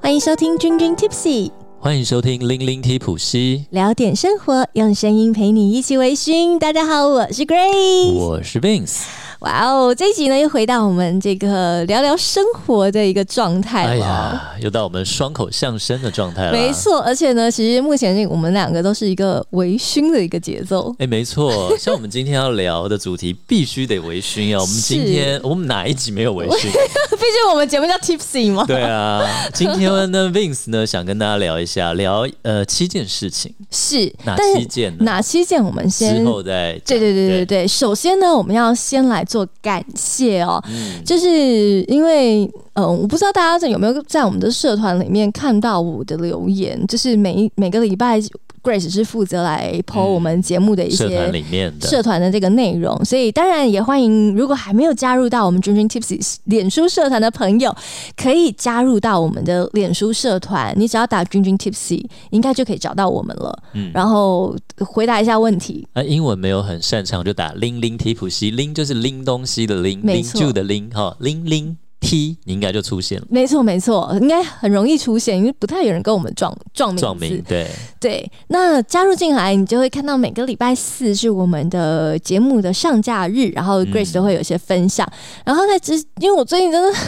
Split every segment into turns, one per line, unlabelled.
欢迎收听君君 Tipsy，
欢迎收听《零零 T 普西
聊点生活，用声音陪你一起微醺。大家好，我是》，Grace。
我是 Vince。
哇哦，这一集呢又回到我们这个聊聊生活的一个状态
哎
了。
呀，又到我们双口相声的状态了。
没。错，而且呢，其实目前这个我们两个都是一个微醺的一个节奏。
哎，没错，像我们今天要聊的主题必须得微醺啊！我们
是
今天我们哪一集没有微醺？
毕竟我们节目叫 Tipsy 嘛，
对啊，今天呢，Vince 呢想跟大家聊一下，聊呃七件事情，
是。
哪
但
七
是
件呢？
哪七件我们先
之后再
对
讲
对对对
对
对，首先呢，我们要先来做感谢哦，
嗯
就是因为嗯、呃我不知道大家有没有在我们的社团里面看到我的留言，就是每一每个礼拜 Grace 是负责来 po
嗯
我们节目的一
社团
些。
里面的
社团的这个内容，所以当然也欢迎，如果还没有加入到我们 Dream Tips 脸书社团的朋友，可以加入到我们的脸书社团。你只要打 Dream Tips，应该就可以找到我们了。
嗯
然后回答一下问题，
啊，英文没有很擅长，就打拎拎提普西，拎就是拎东西的拎，
没
拎
错
住的拎，哈，拎拎 T，你应该就出现了。
没错，没错，应该很容易出现，因为不太有人跟我们撞撞名字。
撞名对，
对，那加入进来，你就会看到每个礼拜四是我们的节目的上架日，然后 Grace
嗯
都会有一些分享。然后在之，因为我最近真的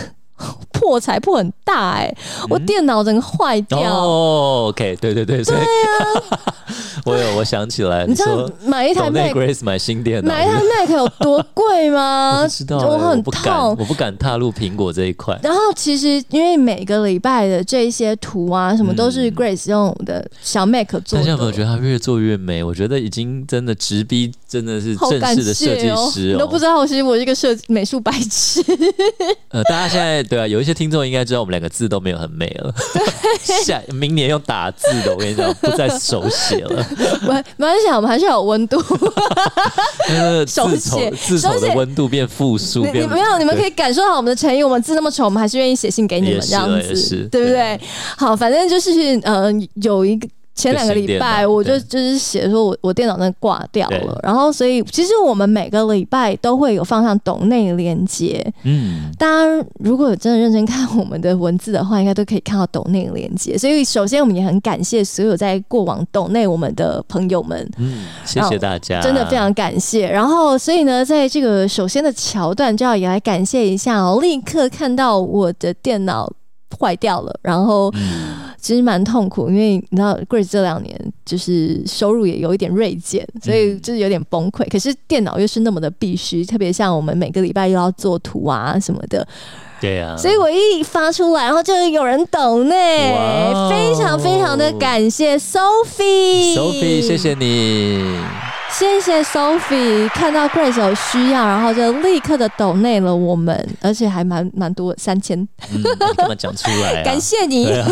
破财破很大哎、我电脑整个坏掉。
嗯哦，OK，对对对，所以、 我有我想起来，
啊你
你
知道哎
说
买一台
岛内
Mac，
Grace 买新电脑
买一台 Mac 有 多贵吗？
我不知道欸、
我很
不敢，
痛。
我不敢踏入苹果这一块。
然后其实因为每个礼拜的这一些图啊，什么都是
嗯
Grace 用我的小 Mac 做的。
大家有没有觉得他越做越美？我觉得已经真的直逼，真的是
好
正
感
式的设计
谢哦，
师
你都不知道，我其实我是一个设计美术白痴。
呃，大家现在对啊，有一些听众应该知道我们两个字都没有很美 了。下明年用打字的，我跟你讲，不再手写了，
没没关系啊，我们还是要有温度。
呃，字
手写
丑字丑
手
的
写
温度变负数，
你你
变
没有，你们
对
可以感受到我们的诚意。我们字那么丑，我们还是愿意写信给你们
也是啊
这样
也是
子，对不对？好，反正就是呃，有一个。前两个礼
就新电
拜，
脑
我就
对
就是写说我我电脑真的挂掉了
对，
然后所以其实我们每个礼拜都会有放上抖内连接，
嗯，
大家如果有真的认真看我们的文字的话，应该都可以看到抖内的连接。所以，首先我们也很感谢所有在过往抖内我们的朋友们，
嗯，谢谢大家，
真的非常感谢。然后，所以呢，在这个首先的桥段，就要也来感谢一下哦。立刻看到我的电脑坏掉了，然后
嗯，
其实蛮痛苦，因为你知道 Grace 这两年就是收入也有一点锐减，所以就是有点崩溃。可是电脑又是那么的必须，特别像我们每个礼拜又要做图啊什么的。
对啊，
所以我一发出来，然后就有人懂呢
哇，哦
非常非常的感谢 Sophie。
Sophie，谢，谢你，
谢谢 Sophie。看到 Grace 有需要，然后就立刻的抖内了我们，而且还蛮蛮多，三千，
嗯，你干嘛讲出来、啊？
感谢你。
对啊，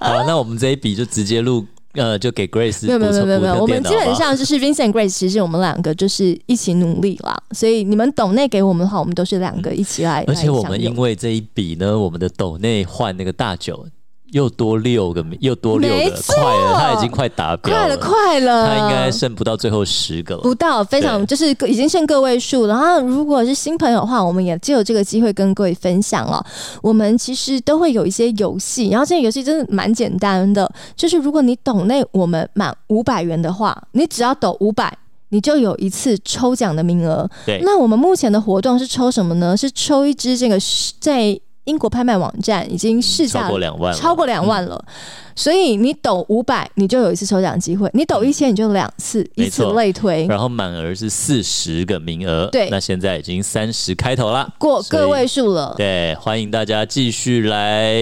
好，那我们这一笔就直接录，呃，就给 Grace
没有没有没有
补充
没有没有，
补充
我们基
电脑啊
本
吧
上就是 Vincent Grace，其实我们两个就是一起努力啦。所以你们抖内给我们的话，我们都是两个一起来。
而且我
来
们
享用
因为这一笔呢，我们的斗内换那个大酒又多六个，又多六
没
个，
错
快了，他已经快达标
快了快了，
他应该剩不到最后十个了。
不到，非常就是已经剩个位数了。然后，如果是新朋友的话，我们也借有这个机会跟各位分享了。我们其实都会有一些游戏，然后这个游戏真的蛮简单的，就是如果你抖内我们满五百元的话，你只要抖五百。你就有一次抽奖的名额。
对
那我们目前的活动是抽什么呢？是抽一只这个在英国拍卖网站已经试
超
价
过两万了，
超过两万了。所以你抖五百，你就有一次抽奖机会；你抖一千，你就两次，以
没
此
错
类推。
然后满额是四十个名额，
对
那现在已经三十开头啦，
过
所以
个位数了。
对，欢迎大家继续来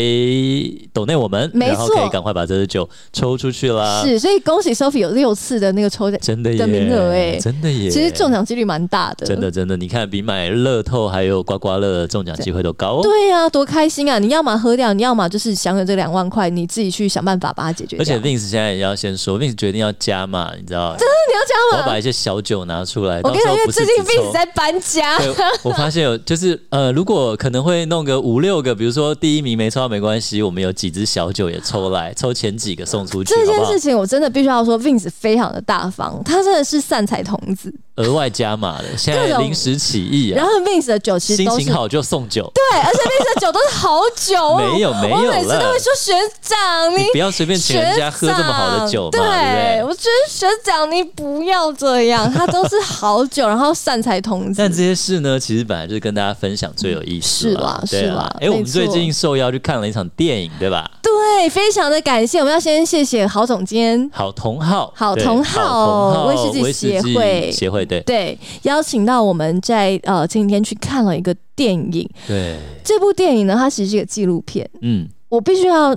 抖内我们，
没
然后
错
可以赶快把这支酒抽出去啦，
是，所以恭喜 Sophie 有六次的那个抽奖，
真的耶，
的名额欸
真的耶，
其实中奖几率蛮大的。
真的真的，你看比买乐透还有刮刮乐中奖机会都高哦。
对呀、多开心啊！你要么喝掉，你要么就是享有这两万块，你自己去想办法把它解决掉。
而且
你
Vince 现在也要先说，Vince 决定要加码，你知道，
要
我要
这样
把
吗？
一些小酒拿出来。
我跟你讲，因
到时
为
候不是
最近
只抽
Vince 在搬家，
对，我发现有就是呃，如果可能会弄个五六个，比如说第一名没抽到没关系，我们有几支小酒也抽来，抽前几个送出去，
这
好
件
不好
事？情我真的必须要说，Vince 非常的大方，他真的是散财童子。
额外加码的，现在临时起意
然
啊，
后 Vince 的酒其实
心
都是
情好就送酒，
对，而且 Vince 的酒都是好酒哦，
没有没有
我每次
了
都会说学长
你
你
不要随便请人家喝这么好的酒嘛，
学长
对不对？
我觉得学长你不要这样，他都是好酒，然后善财童子
但这。些事呢，其实本来就是跟大家分享最有意思啦
嗯是啦
对
是
啊
啦
哎，我们
没错
最近受邀去看了一场电影，对吧？
对，非常的感谢，我们要先谢谢郝总监。
好同好，
好
对
同好
好
威
同好
士忌
威士忌
协会
协会，对
对，邀请到我们在呃前几天去看了一个电影，
对，
这部电影呢，它其实是一个纪录片。
嗯，
我必须要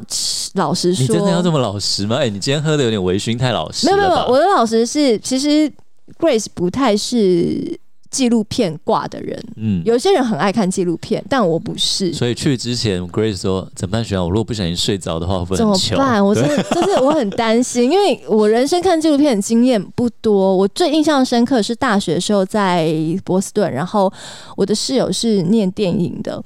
老实
你
说，
真的要这么老实吗？哎，你今天喝的有点微醺，太老实
没有没有，没
了
有
吧？
我的老实是，其实 Grace 不太是纪录片挂的人。
嗯，
有些人很爱看纪录片，但我不是。
所以去之前，Grace 说怎么办？学长，我如果不小心睡着的话，会不会
怎
很
么
糗
办？我真
对
的就是我很担心，因为我人生看纪录片的经验不多。我最印象深刻是大学的时候在波士顿，然后我的室友是念电影 的，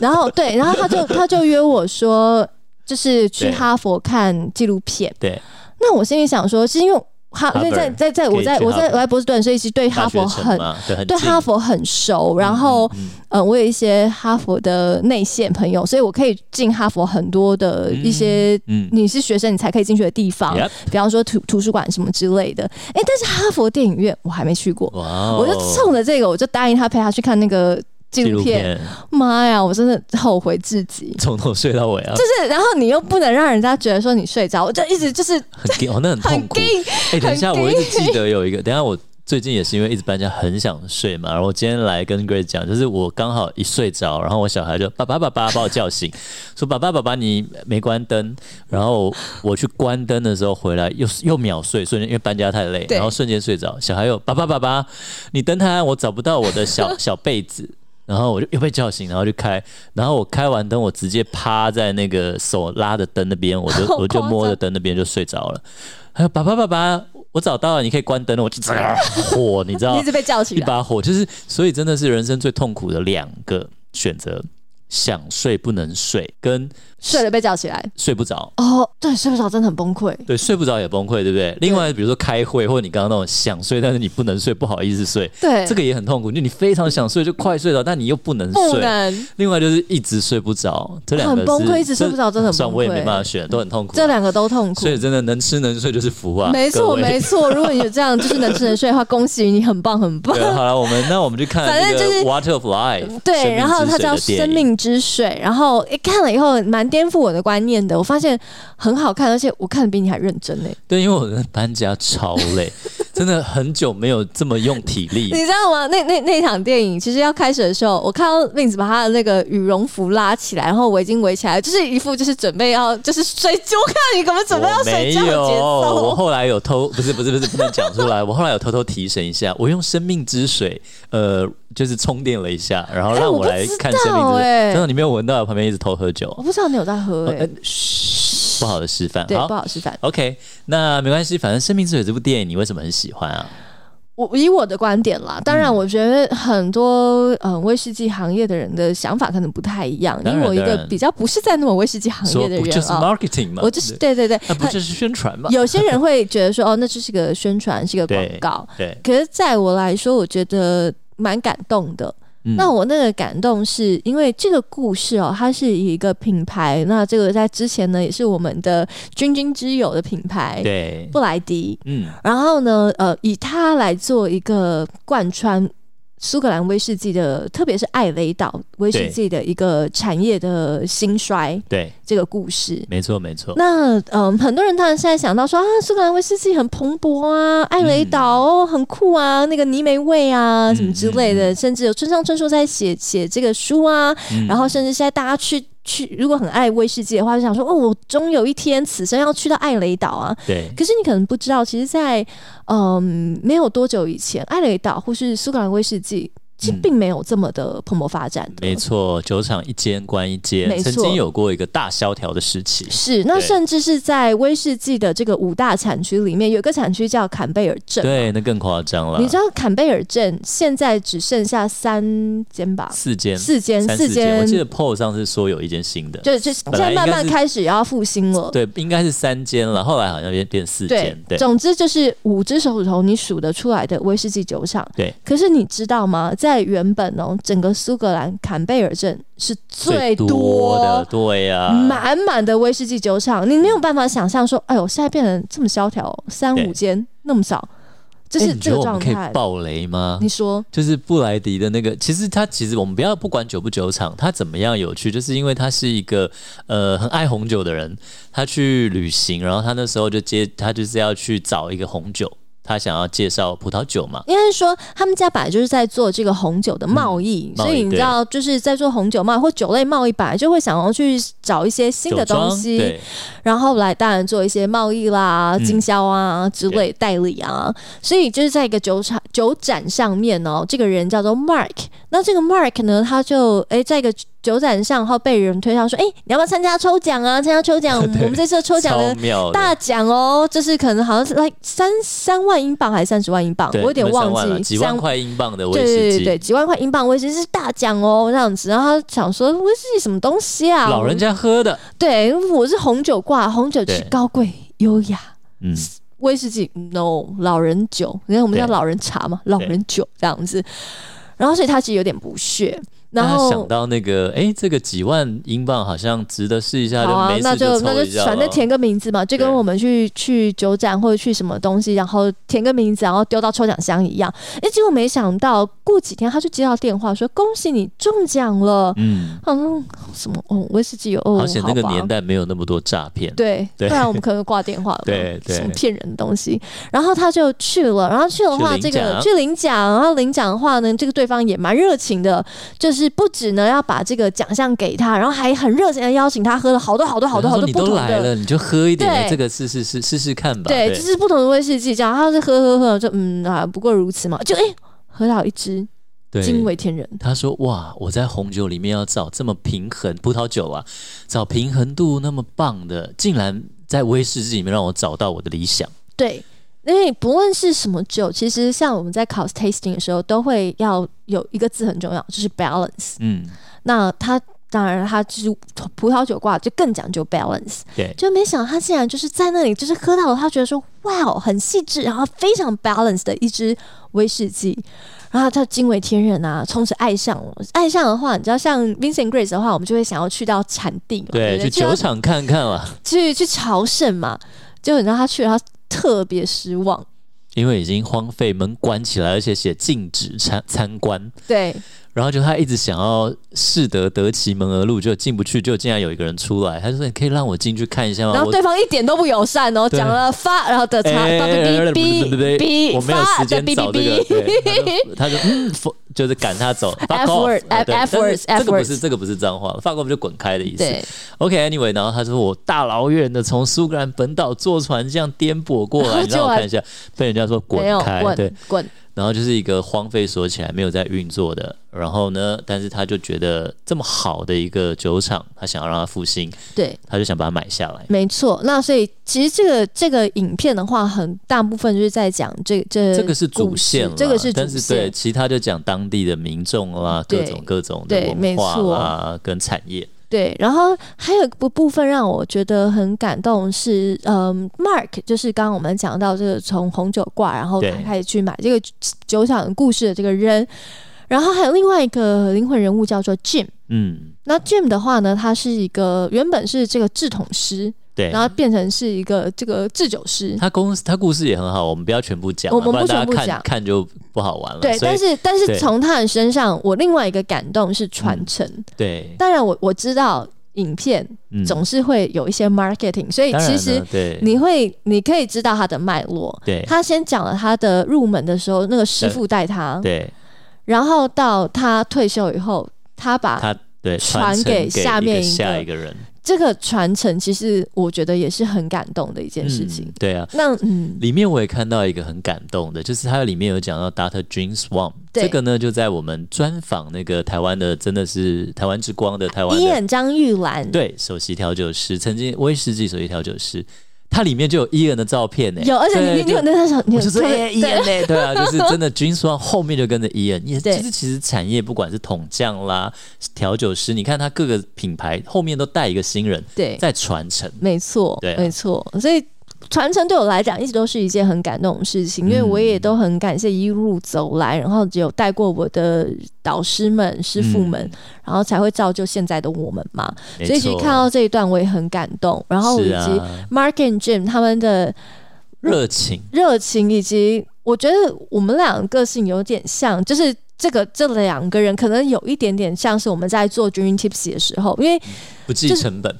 然后对，然后他就他就约我说，就是去
对
哈佛看纪录片。
对，
那我心里想说，是因为哈，因为在
Harvard，
在在我在
可以去
我在
Harvard
我在波士顿，所以其实对哈
大学
佛
城
很
嘛对很
对
近
哈佛很熟，然后
嗯
呃，我有一些哈佛的内线朋友，所以我可以进哈佛很多的一些
嗯
你是学生你才可以进去的地方，
Yep
比方说图图书馆什么之类的。哎、但是哈佛电影院我还没去过，
哇哦，
我就冲着这个，我就答应他陪他去看那个纪
纪
录
录
片。
片
妈呀，我真的后悔至极。
从头睡到尾啊，
就是，然后你又不能让人家觉得说你睡着，我就一直就是
很 gay 哦，那很
很
痛苦。
gay，
哎，等一下，
很
我一直记得有一个，等一下我最近也是因为一直搬家，很想睡嘛。然后我今天来跟 Grace 讲，就是我刚好一睡着，然后我小孩就爸爸爸爸把我叫醒， 说爸爸爸爸你没关灯。然后我去关灯的时候回来又又秒睡，瞬间因为搬家太累，
对
然后瞬间睡着。小孩又爸爸爸爸，你灯太暗，我找不到我的小 小被子。然后我就又被叫醒，然后就开，然后我开完灯，我直接趴在那个手拉着灯那边，我就
好
我就
夸
摸着
张
灯那边就睡着了。还有爸爸爸爸，我找到了，你可以关灯 了。我就火，你知
你
道
一，直被叫起
一
来。
把火就是，所以真的是人生最痛苦的两个选择：想睡不能睡，跟
睡了被叫起来。
睡不着。
哦，对，睡不着真的很崩溃。
对，睡不着也崩溃，对不对？另外，比如说开会，或者你刚刚那种想睡，但是你不能睡，不好意思睡，
对，
这个也很痛苦。就你非常想睡，就快睡着，但你又不能
不
睡。
能。
另外就是一直睡不着，这两个
很崩
是
溃一直睡不着真的很
算我也
崩
没
溃
办法选，都很痛苦。
这两个都痛苦
所，以真的能吃能睡就是福啊！
没
各
错
位
没错。如果你有这样就是能吃能睡的话，恭喜你，很棒很棒。
对，好了，我们那我们去看
反正
这
就是
个《Water of Life》生
对，
命
然后
之
它
水
叫
的
《
电
生
影
命之水》，然后诶看了以后蛮颠覆我的观念的。我发现很好看，而且我看的比你还认真欸呢、
对，因为我真的搬家超 累，真的很久没有这么用体力
你。知道吗？那那那场电影其实要开始的时候，我看到 Vince 把他的那个羽绒服拉起来，然后围巾围起来，就是一副就是准备要就是睡觉。我看你怎么准备要
我
睡
没
觉
有，
的节奏
我。后来有偷，不是不是不是不能讲出来，我后来有偷偷提神一下，我用生命之水，呃，就是充电了一下，然后
哎
让
我不
来
知
看生命
道
之水。
哎
真的，你没有闻到我旁边一直偷喝酒
我，不知道你有在喝、欸，
呃嘘不好的示范。
对，
好
不好示范。
，OK，那没关系，反正《生命之水》这部电影你为什么很喜欢啊？
我以我的观点
嗯
啦，当然我觉得很多嗯威士忌行业的人的想法可能不太一样，因
当然
为我一
当
个
然
比较不是在那么威士忌行
说
业的
不就
人
是
啊、
marketing 嘛？
我就是
对
对对对，
那不
很
就是宣传吗？
有些人会觉得说哦，那只是个宣传，是个广
对
告。
对，
可是在我来说，我觉得蛮感动的。
嗯
那我那个感动是因为这个故事哦，它是一个品牌，那这个在之前呢也是我们的君君之友的品牌
对，
布莱迪，
嗯，
然后呢，呃，以它来做一个贯穿苏格兰威士忌的，特别是艾雷岛威士忌的一个产业的兴衰
对，
这个故事。
没错没错。
那嗯，很多人当然现在想到说啊，苏格兰威士忌很蓬勃啊，艾雷岛、哦很酷啊，那个泥煤味啊什么之类的，甚至有村上春树在写写这个书啊，
嗯
然后甚至现在大家去去，如果很爱威士忌的话，就想说哦，我终有一天此生要去到艾雷岛啊，
对，
可是你可能不知道，其实在，嗯没有多久以前，艾雷岛或是苏格兰威士忌其实并没有这么的蓬勃发展的。
没错，酒厂一间关一间
没，
曾
错
经有过一个大萧条的时期。
是，那
对
甚至是在威士忌的这个五大产区里面，有一个产区叫坎贝尔镇。
对，那更夸张了。
你知道坎贝尔镇现在只剩下三间吧？
四间，
四间，
三
四
间。我
间，
记得 PO 上是说有一间新的，
就就现
本来
在
应该
慢慢
是
开始也要复兴了。
对，应该是三间了，后来好像变变四间。对，
总之就是五只手指头你数得出来的威士忌酒厂。
对，
可是你知道吗？在原本哦，整个苏格兰坎贝尔镇是最
多的，啊对呀、
满满的威士忌酒厂，你没有办法想象说，哎呦，现在变成这么萧条哦，三
对
五间那么少，就
哎
是
你
这
觉得
个
我们
状
可以
态。
爆雷吗
你？说
就是布莱迪的那个，其实它其实我们不要不管酒不酒厂，它怎么样有趣，就是因为他是一个呃很爱红酒的人，他去旅行，然后他那时候就接他就是要去找一个红酒，他想要介绍葡萄酒嘛，
应该是说他们家本来就是在做这个红酒的贸易，
嗯贸易
所以你知道，就是在做红酒贸易或酒类贸易，本来就会想要去找一些新的
酒庄
东西，
对，
然后来当然做一些贸易啦、
嗯
经销啊之类代理啊。所以就是在一个酒厂酒展上面哦，这个人叫做 Mark。那这个 Mark 呢，他就诶在一个酒展上，然后被人推销说：“诶，你要不要参加抽奖啊？参加抽 奖，我们这次的抽奖
超
的
妙的。
大奖哦，就是可能好像是 like 三三万英镑还是三十万英镑，我
对
有点
没三
忘
万了
记
几万
三
块英镑的威
对
士
对
忌，
对对，几万块英镑威士忌是大奖哦，这样子。然后他想说威士忌什么东西啊？
老人
家
家喝的，
对，我是红酒挂，红酒
对
是高贵优雅，
嗯，
威士忌 no 老人酒，因为我们叫
对
老人茶嘛，老人酒这样子。然后所以他其实有点不屑，然
那想
后
到那个，哎、这个几万英镑好像值得试一下，
好
就
啊
没，
那
事
就那
抽一
就
下
反
咯
正填个名字嘛，就跟
对
我们去去酒展或者去什么东西，然后填个名字，然后丢到抽奖箱一样。哎，结果没想到过几天他就接到电话说恭喜你中奖了。
嗯，
好像什么哦，威士忌有哦，
好险那个
吧
年代没有那么多诈骗，
对，
对
不然我们可能挂电话了嘛。
对对
什么骗人的东西。然后他就去了，然后去的话，
去领
这
奖
个去领奖，然后领奖的话呢，这个对方也蛮热情的，就是不止呢要把这个奖项给他，然后还很热情的邀请他喝了好多好多好多好
他说
多
你
不
都
同
来
的。
了，你就喝一点，
对
哎这个试试试试试看吧，
对，就是不同的威士忌，这样他是喝喝喝，就嗯啊，不过如此嘛，就哎、喝到一支，
对
惊为天人。
他说：“哇，我在红酒里面要找这么平衡葡萄酒啊，找平衡度那么棒的，竟然在威士忌里面让我找到我的理想。
对，因为不论是什么酒，其实像我们在考 tasting 的时候，都会要有一个字很重要，就是 balance。
嗯，
那他当然他就是葡萄酒挂就更讲究 balance，
对，
就没想到他竟然就是在那里就是喝到了，他觉得说哇哦，很细致，然后非常 balance 的一支威士忌。然后他惊为天人啊，从此爱上了。爱上的话，你知道像 Vincent Grace 的话，我们就会想要去到产地嘛，对
对，
不对，
去
就
酒
要
厂看看啊啦，
去去朝圣嘛。结果你知道他去了，他特别失望。
因为已经荒废门关起来，而且写禁止参参观。
对，
然后就他一直想要适得得其门而入，就进不去，就竟然有一个人出来，他就说：“你可以让我进去看一下吗？”
然后
啊我
对方一点都不友善哦，
对
讲了发，然后呃的叉
哎，
叭哔哔哔哔，
我没有
发
时间
的哔
找
哔
这个，
哔。
对他就他就嗯，否就是赶他走
F word，F- F words，
这个
F
不
words
是这个不是脏话，法国不就滚开的意思
对，
？OK，anyway，然后他说我大老远的从苏格兰本岛坐船这样颠簸过 来，你让
就
我
还
看一下，被人家说滚
没有
开，对
滚，滚，
然后就是一个荒废锁起来、没有在运作的。然后呢，但是他就觉得这么好的一个酒厂，他想要让它复兴，
对，
他就想把它买下来。
没错。那所以其实这个这个影片的话，很大部分就是在讲这这
这
这
个是主线啦，
这个是主
但是对，
线，
其他就讲当地的民众啦，各
对
种各种的
对
文
没
化
错
啦，跟产业。
对。然后还有一个部分让我觉得很感动是，嗯，Mark 就是刚刚我们讲到这个从红酒挂，然后
对
他开始去买这个酒厂故事的这个人，然后还有另外一个灵魂人物叫做 Jim。
嗯，
那 Jim 的话呢，他是一个原本是这个制桶师，
对
然。后变成是一个这个制酒师。
他公他故事也很好，我们不要全部讲啦，
我们
不然
不全
大
部
家看
讲
看就不好玩了。
对，
所以
但是但
对
是从他的身上，我另外一个感动是传承。
对，
当然我，我知道影片
嗯
总是会有一些 marketing，、所以
当然
其
呢
实
对
你会你可以知道它的脉络。
对
他先讲了他的入门的时候，那个师傅带他，
对，
然后到他退休以后，他把
他对，
传
承
给
给
下面
一
一个
下一个人
这个传承其实我觉得也是很感动的一件事情。
嗯。对啊，
那嗯，
里面我也看到一个很感动的，就是它里面有讲到 Data Dream Swamp
对
这个呢，就在我们专访那个台湾的，真的是台湾之光的台湾
鹰
的
眼张玉兰
对，首席调酒师，曾经威士忌首席调酒师，它里面就有伊恩的照片呢、欸
有，而且你
对
你
就
有那时候你
我
有
就说
特别
哎，伊恩呢？对啊，就是真的军双后面就跟着伊恩，也
对
就是其实产业不管是桶匠啦、调酒师，你看它各个品牌后面都带一个新人
对，
在传承。
没错，
对啊
没错，所以。传承对我来讲一直都是一件很感动的事情，因为
嗯
我也都很感谢一路走来，然后有带过我的导师们、师傅们，
嗯
然后才会造就现在的我们嘛。
没
所以其实
错
看到这一段我也很感动，然后以
是
及
啊，
Mark and Jim 他们的
热情，
热情，以及我觉得我们两个个性有点像，就是这个这两个人可能有一点点像是我们在做 Dream Tips 的时候，因为
不计
就是
成本，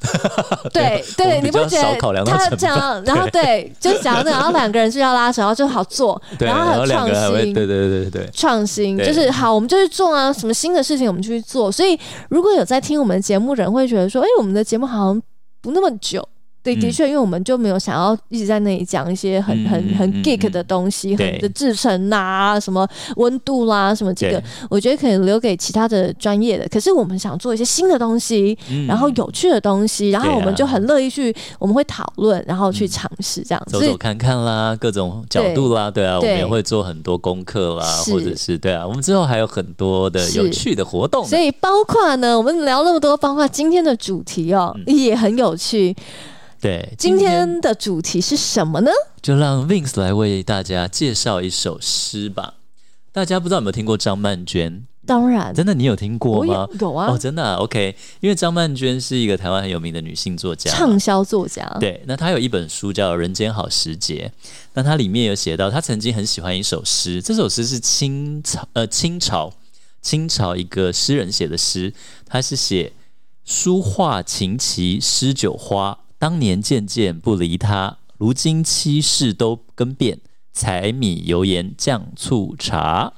对
我
对，
们
你
比
不
较
觉
少考
得
量到
他
成本
讲， 然后对，就是讲到这个，然后两个人就要拉手，然后就好做，
对，
然
然
后
后
很
两
创
个人还会，
新。
对对对对对，
创新
对
就是好，我们就去做啊，什么新的事情我们就去做。所以如果有在听我们节目的人，会觉得说，哎、我们的节目好像不那么久。对，
嗯
的确，因为我们就没有想要一直在那里讲一些很
嗯
很
嗯
很
嗯
geek
嗯
的东西，
对
很的制成啦，什么温度啦，什么这个
对，，
我觉得可以留给其他的专业的。可是我们想做一些新的东西，
嗯啊
然后有趣的东西，然后我们就很乐意去，我们会讨论，然后去尝试这样。
嗯走
所以
走看看啦，各种角度啦，对啊，我
对
们也会做很多功课啦，
是
或者是对啊，我们之后还有很多的有
是
趣的活动呢。
所以包括呢，我们聊那么多，包括今天的主题哦，
嗯
也很有趣。
对，
今天的主题是什么呢？
就让 Vince 来为大家介绍一首诗吧。大家不知道有没有听过张曼娟？
当然，
真的，你有听过
我
吗
有？有啊
哦，，真的、啊、，OK。因为张曼娟是一个台湾很有名的女性作家，
畅销作家。
对，那他有一本书叫《人间好时节》，那它里面有写到，他曾经很喜欢一首诗，这首诗是清朝呃清朝清朝一个诗人写的诗，他是写“书画琴棋诗酒花，当年渐渐不离他，如今七事都更变，柴米油盐酱醋茶”。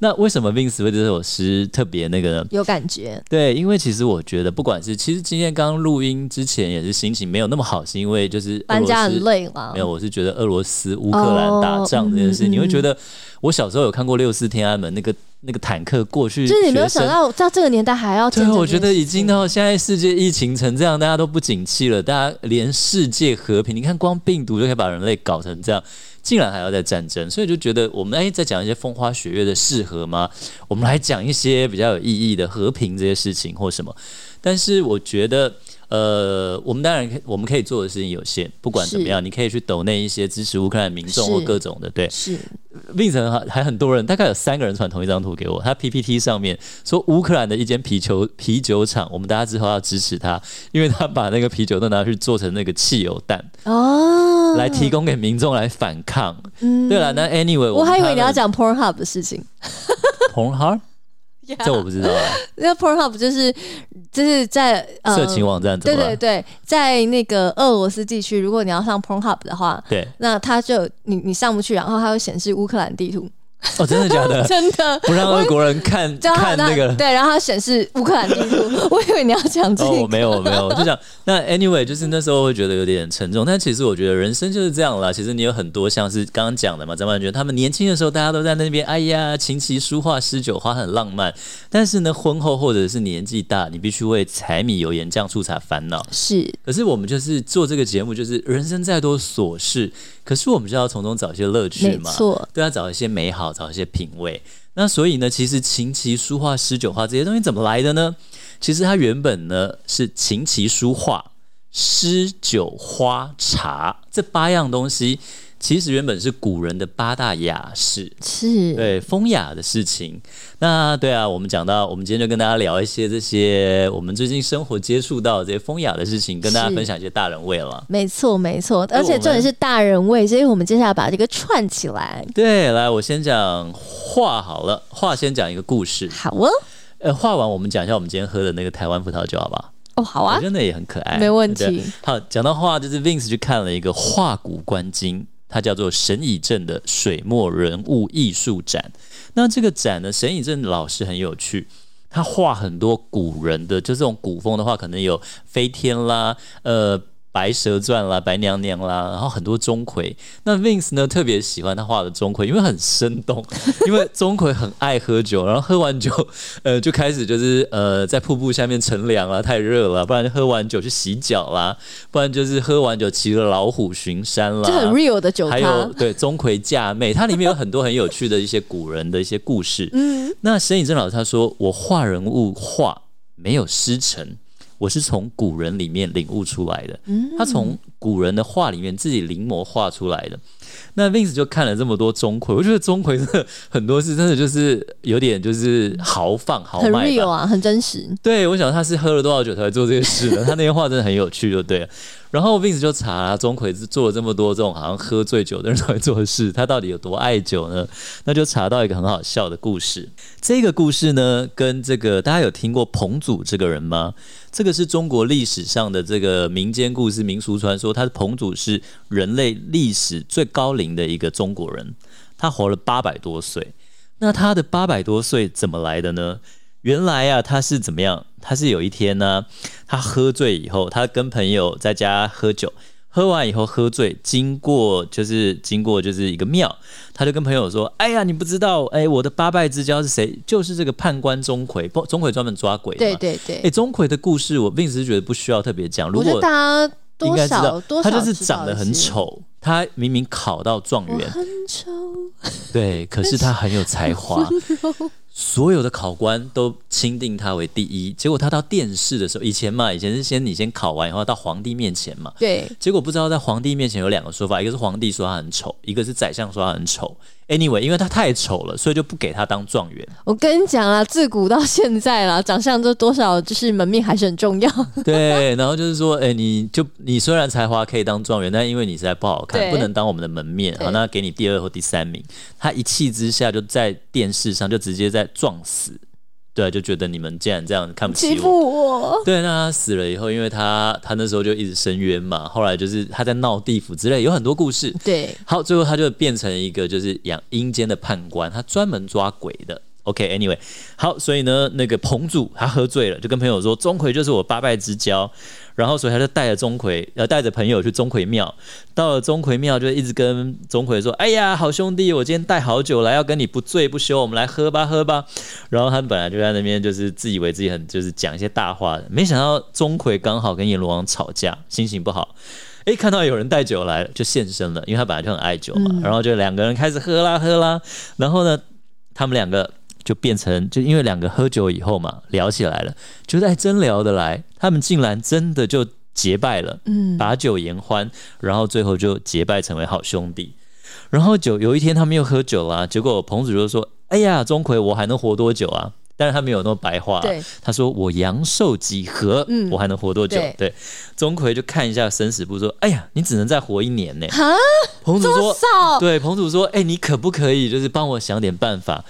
那为什么 Vince 会对这首诗特别那个呢？
有感觉，
对，因为其实我觉得，不管是其实今天刚录音之前也是心情没有那么好，是因为就是俄
搬
罗
家很
斯
累了
没。有，我是觉得俄罗斯乌克兰打仗这件事，
哦嗯
你会觉
嗯
得我小时候有看过六四天安门那个那个坦克过去，
就是你没有
学生
想到，到这个年代还要见
对，啊
证
我
这
觉
件
得
事
已经
情
到现在世界疫情成这样，大家都不景气了，大家连世界和平，你看光病毒就可以把人类搞成这样，竟然还要再战争，所以就觉得我们哎在讲一些风花雪月的适合吗？我们来讲一些比较有意义的和平这些事情或什么。但是我觉得。呃，我们当然可以我们可以做的事情有限，不管怎么
是
样，你可以去抖那一些支持乌克兰民众或
是
各种的，对，
是
Vincent 还还很多人，大概有三个人传同一张图给我。他 PPT 上面说乌克兰的一间啤酒啤酒厂，我们大家之后要支持他，因为他把那个啤酒都拿去做成那个汽油弹，
哦，
来提供给民众来反抗。对了，那 anyway，
嗯我还以为你要讲
讲
Pornhub 的事 情。
红哈，这我不知道啊，
那 Pornhub 就是就是在呃，
色情网站怎
对
么
对
了？
对，在那个俄罗斯地区，如果你要上 Pornhub 的话，
对，
那它就你你上不去，然后它会显示乌克兰地图，
哦， 真的假 的？
真的。
不让俄国人看
就它
看那个
对，然后它显示乌克兰地 图，我以为你要讲这
哦，我
个，
没有，我没有，我就想那 anyway，就是那时候会觉得有点沉重，但其实我觉得人生就是这样啦。其实你有很多像是刚刚讲的嘛，张曼娟他们年轻的时候，大家都在那边，哎呀，琴棋书画诗酒花很浪漫，但是呢，婚后或者是年纪大，你必须为柴米油盐酱醋茶烦恼。
是
可是我们就是做这个节目，就是人生再多琐事，可是我们就要从中找一些乐趣
没
嘛。
错，
对啊，找一些美好，找一些品味。那所以呢，其实琴棋书画诗酒画这些东西怎么来的呢？其实它原本呢是琴棋书画诗酒花茶这八样东西，其实原本是古人的八大雅士。
是
对风雅的事情，那对啊，我们讲到，我们今天就跟大家聊一些这些我们最近生活接触到的这些风雅的事情，跟大家
是
分享一些大人味了。
没错没错，
我
而且重点
们
是大人味，所以我们接下来把这个串起来，
对，来，我先讲画好了，画先讲一个故事。
好哦，
呃，画完我们讲一下我们今天喝的那个台湾葡萄酒，好不好？
哦好
我
啊
觉，得那也很可爱，
没问
对不对
题。
好，讲到画，就是 Vince 去看了一个画骨观今，它叫做沈以正的水墨人物艺术展。那这个展呢，沈以正老师很有趣，他画很多古人的，就这种古风的话，可能有飞天啦，呃。白蛇传啦，白娘娘啦，然后很多钟馗。那 Vince 呢，特别喜欢他画的钟馗，因为很生动。 因为钟馗很爱喝酒，然后喝完酒，呃，就开始就是呃，在瀑布下面乘凉啦，太热了，不然就喝完酒去洗脚啦，不然就是喝完酒骑了老虎巡山啦，
就很 real 的酒
还有
咖。
对钟馗嫁妹，它里面有很多很有趣的一些古人的一些故事。嗯，那沈以正老师他说，我画人物画没有师承，我是从古人里面领悟出来的。
嗯
他从古人的画里面自己临摹画出来的。那 Vince 就看了这么多钟馗，我觉得钟馗真的很多是真的就是有点就是豪放豪
很
迈
real
吧。
啊，很真实。
对，我想他是喝了多少酒才会做这个事呢？他那些话真的很有趣，就对了。然后 Vince 就查了钟馗做了这么多这种好像喝醉酒的人才会做的事，他到底有多爱酒呢？那就查到一个很好笑的故事。这个故事呢，跟这个大家有听过彭祖这个人吗？这个是中国历史上的这个民间故事、民俗传说。他是彭祖是人类历史最高龄的一个中国人，他活了八百多岁。那他的八百多岁怎么来的呢？原来啊，他是怎么样？他是有一天呢、他喝醉以后，他跟朋友在家喝酒，喝完以后喝醉，经过就是经过就是一个庙，他就跟朋友说：“哎呀，你不知道，哎，我的八拜之交是谁？就是这个判官钟馗，不，钟馗专门抓鬼的
对
嘛。
对对，
哎，钟馗的故事，我 Vince 是觉得不需要特别讲。如
我觉得
果
大家
应
多
该知
少
道
多，少
他就是
知道
长得
一
很
些，
丑，他明明考到状
我
元，
很丑，
对，可是他很有才华，所有的考官都钦定他为第一。结果他到殿试的时候，以前嘛，以前是先你先考完以后到皇帝面前嘛，
对，
结果不知道在皇帝面前有两个说法，一个是皇帝说他很丑，一个是宰相说他很丑。Anyway，因为他太丑了，所以就不给他当状元。
我跟你讲啦，自古到现在啦，长相就多少就是门面还是很重要。
对，然后就是说，哎、你就你虽然才华可以当状元，但因为你实在不好看，
对
不能当我们的门面，好，
对
那给你第二或第三名。他一气之下就在电视上就直接在撞死，对，啊就觉得你们竟然这样看不
欺
起我，
负我，
对，那他死了以后，因为他他那时候就一直申冤嘛，后来就是他在闹地府之类，有很多故事。
对，
好，最后他就变成一个就是养阴间的判官，他专门抓鬼的。OK，Anyway，、好，所以呢，那个彭祖他喝醉了，就跟朋友说钟馗就是我八拜之交，然后所以他就带着钟馗，呃，带着朋友去钟馗庙，到了钟馗庙就一直跟钟馗说，哎呀，好兄弟，我今天带好酒来，要跟你不醉不休，我们来喝吧，喝吧。然后他本来就在那边就是自以为自己很就是讲一些大话的，没想到钟馗刚好跟阎罗王吵架，心情不好，诶，哎看到有人带酒来了，就现身了，因为他本来就很爱酒嘛。
嗯
然后就两个人开始喝啦喝啦，然后呢，他们两个就变成，就因为两个喝酒以后嘛，聊起来了，觉得还真聊得来，他们竟然真的就结拜了，
嗯，
把酒言欢，然后最后就结拜成为好兄弟。然后酒有一天他们又喝酒啦、结果彭祖就说：“哎呀，钟馗，我还能活多久啊？”但是他没有那么白话啊、
对，
他说：“我阳寿几何？
嗯
我还能活多久？”
对
对，钟馗就看一下生死簿，说：“哎呀，你只能再活一年呢。
哈，”
彭祖
多
说
少？：“
对，彭祖说，哎、你可不可以就是帮我想点办法？”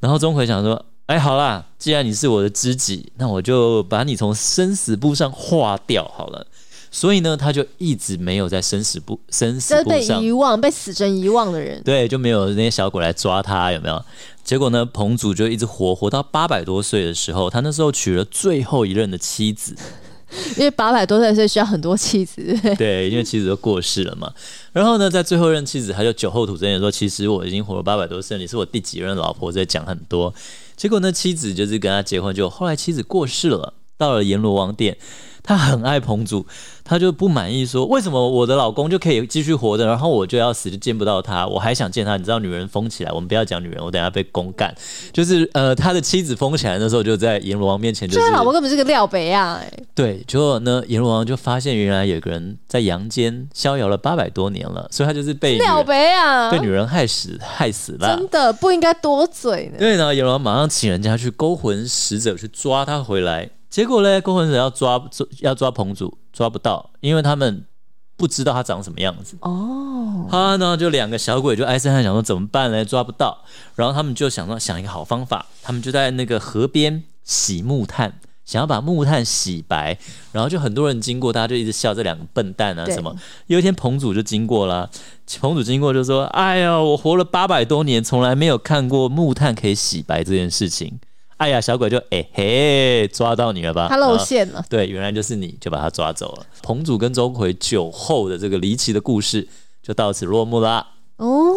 然后钟馗想说：“哎，好啦，既然你是我的知己，那我就把你从生死簿上划掉好了。”所以呢，他就一直没有在生死簿生死
这
簿
被
上
遗忘、被死神遗忘的人，
对，就没有那些小鬼来抓他，有没有？结果呢，彭祖就一直活活到八百多岁的时候，他那时候娶了最后一任的妻子，
因为八百多岁，所以需要很多妻子。对
对，因为妻子都过世了嘛。然后呢，在最后一任妻子，他就酒后吐真言说：“其实我已经活了八百多岁，你是我第几任老婆？”在讲很多。结果呢，妻子就是跟他结婚，就后来妻子过世了，到了阎罗王殿，他很爱彭祖，他就不满意说：“为什么我的老公就可以继续活着，然后我就要死，就见不到他？我还想见他。”你知道，女人疯起来，我们不要讲女人，我等一下被公干。就是呃，他的妻子疯起来的时候，就在阎罗王面前，就是
他啊老婆根本是个廖北亚、哎，
对，结果呢，阎罗王就发现原来有个人在阳间逍遥了八百多年了，所以他就是被女
廖
人
北亚
被，女人害死害死了
真。的不应该多嘴呢。
对，然后阎罗王马上请人家去勾魂使者去抓他回来，结果呢，勾魂使者要抓抓要抓彭祖，抓不到，因为他们不知道他长什么样子。
哦，
他呢就两个小鬼就唉声叹气，想说怎么办呢？抓不到，然后他们就想到想一个好方法，他们就在那个河边洗木炭，想要把木炭洗白，然后就很多人经过，大家就一直笑这两个笨蛋啊
对
什么。有一天彭祖就经过了，彭祖经过就说：“哎呀，我活了八百多年，从来没有看过木炭可以洗白这件事情。”哎呀，小鬼就哎、嘿，抓到你了吧？
他
然
露
后
馅了。
对，原来就是你，就把他抓走了。彭祖跟钟馗酒后的这个离奇的故事就到此落幕啦。
哦，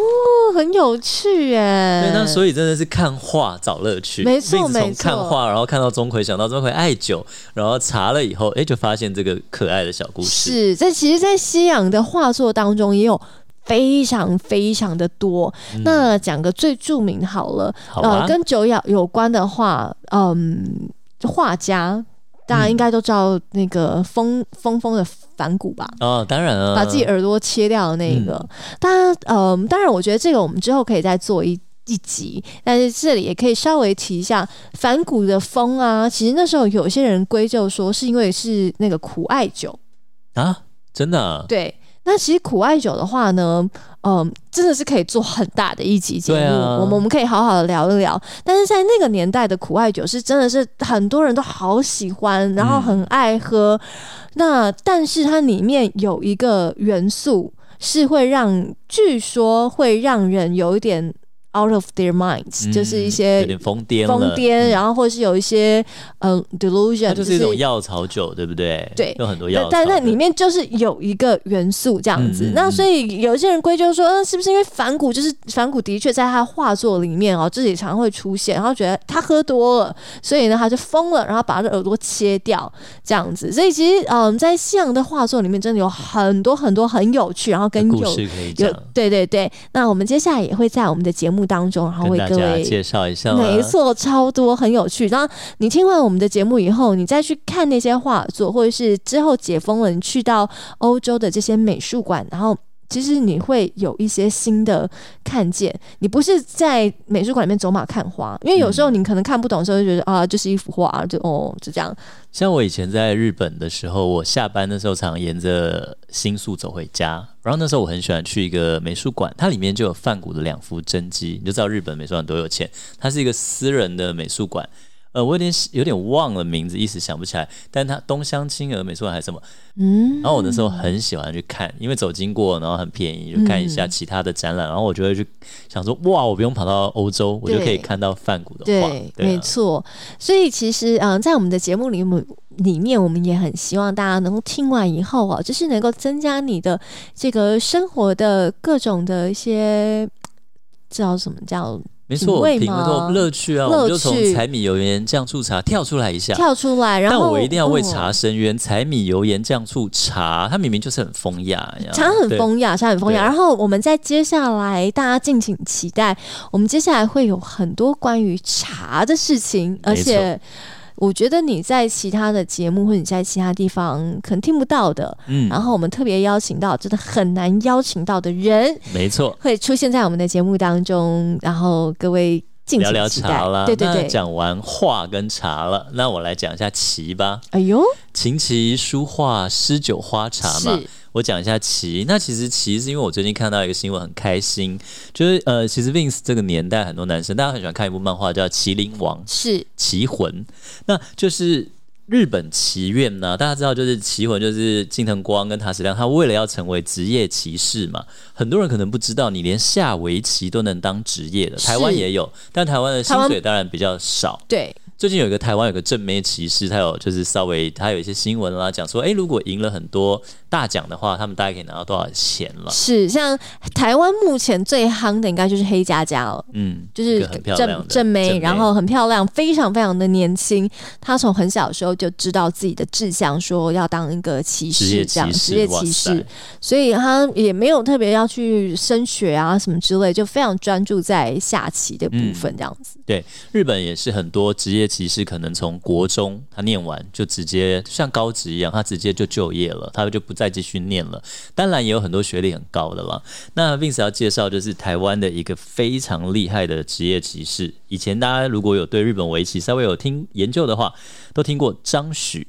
很有趣耶。
对，那所以真的是看画找乐
嗯
趣，
没错
并且
没
从
错
看画，然后看到钟馗，想到钟馗爱酒，然后查了以后，哎，就发现这个可爱的小故事。
是在其实，在西洋的画作当中也有。非常非常的多，那讲个最著名好了，
好啊
呃，跟酒有有关的话，嗯，画家大家应该都知道那个风风风的反骨吧，
哦，当然啊，
把自己耳朵切掉的那个。当然，嗯，当然，我觉得这个我们之后可以再做一。一集，但是这里也可以稍微提一下反骨的风啊。其实那时候有些人归咎说是因为是那个苦艾酒，
啊，真的啊、
对。那其实苦艾酒的话呢，嗯，真的是可以做很大的一集节
对
目，
啊
我们我们可以好好的聊一聊。但是在那个年代的苦艾酒是真的是很多人都好喜欢，然后很爱喝。那但是它里面有一个元素是会让，据说会让人有一点 out of their minds，、
嗯
就是一些
有点疯癫了，嗯
疯癫，然后或是有一些嗯、delusion，
它就是一种药草酒，对不对？
对
有很多药
但但
草，
那里面就是有一个元素这样子，
嗯嗯
那
嗯
所以有些人归咎说，嗯，是不是因为反骨？就是反骨的确在他的画作里面哦，这里常会出现，然后觉得他喝多了，所以呢他就疯了，然后把他的耳朵切掉这样子。所以其实嗯，在西洋的画作里面，真的有很多很多很有趣，然后跟
故
有
事可以
有
讲，
对对对。那我们接下来也会在我们的节目当中，然后
跟
为
大
各
家
位
介绍一下啦。
没错，超多，很有趣。然后你听完我们的节目以后，你再去看那些画作，或者是之后解封了，你去到欧洲的这些美术馆，然后。其实你会有一些新的看见，你不是在美术馆里面走马看花，因为有时候你可能看不懂的时候就觉得、啊，就是一幅画，就哦就这样，
像我以前在日本的时候，我下班的时候常沿着新宿走回家，然后那时候我很喜欢去一个美术馆，它里面就有梵谷的两幅真迹，你就知道日本美术馆多有钱，它是一个私人的美术馆。呃，我有点有点忘了名字，一时想不起来。但它东乡青儿美术馆还是什么？
嗯，
然后我那时候很喜欢去看，因为走经过，然后很便宜，就看一
嗯
下其他的展览。然后我就会去想说，哇，我不用跑到欧洲，我就可
对
以看到梵谷的画。
对，
对
没
啊，
错。所以其实，嗯、在我们的节目里面，里面我们也很希望大家能够听完以后哦，就是能够增加你的这个生活的各种的一些。叫什么叫
没错，
品味
品味
吗
都乐趣啊，我们就
乐趣
从柴米油盐酱醋茶跳出来一下。
跳出来？然
但
后
我一定要为
嗯
茶伸冤，柴米油盐酱醋茶，它明明就是很风雅呀，
茶很
啊对。
风雅，茶很风雅。
对
然后我们在接下来，大家敬请期待，我们接下来会有很多关于茶的事情，而且。我觉得你在其他的节目或者你在其他地方可能听不到的，
嗯，
然后我们特别邀请到真的很难邀请到的人
没错。
会出现在我们的节目当中，然后各位敬
聊
请
聊
期待。
茶啦，
对对
那
对，
讲完画跟茶了，那我来讲一下棋吧。
哎呦，
琴棋书画诗酒花茶嘛，
是
我讲一下棋。那其实棋是因为我最近看到一个新闻，很开心，就是呃，其实 Vince 这个年代很多男生大家很喜欢看一部漫画叫《麒麟王》，
是，
棋魂，那就是日本棋院呢、大家知道，就是棋魂就是近藤光跟塔矢亮，他为了要成为职业棋士嘛，很多人可能不知道，你连下围棋都能当职业的，
是
台湾也有，但台湾的薪
台
水
湾
当然比较少。
对，
最近有一个台湾有个正妹骑士，他有就是稍微他有一些新闻啦，讲说，诶，如果赢了很多大奖的话，他们大概可以拿到多少钱了？
是。像台湾目前最夯的应该就是黑哦佳佳了。
嗯，
就
一
是
个很漂亮的
正正妹，然后很漂亮，非常非常的年轻。她从很小的时候就知道自己的志向，说要当一个骑
职业
士，这样
骑
职
士，
业
哇
骑
塞
士。所以他也没有特别要去升学啊什么之类，就非常专注在下棋的部分这样子。
日本也是很多职业骑士，可能从国中他念完就直接像高职一样，他直接就就业了，他就不再继续念了。当然也有很多学历很高的啦。那 Vince 要介绍就是台湾的一个非常厉害的职业骑士，以前大家如果有对日本围棋稍微有听研究的话，都听过张许。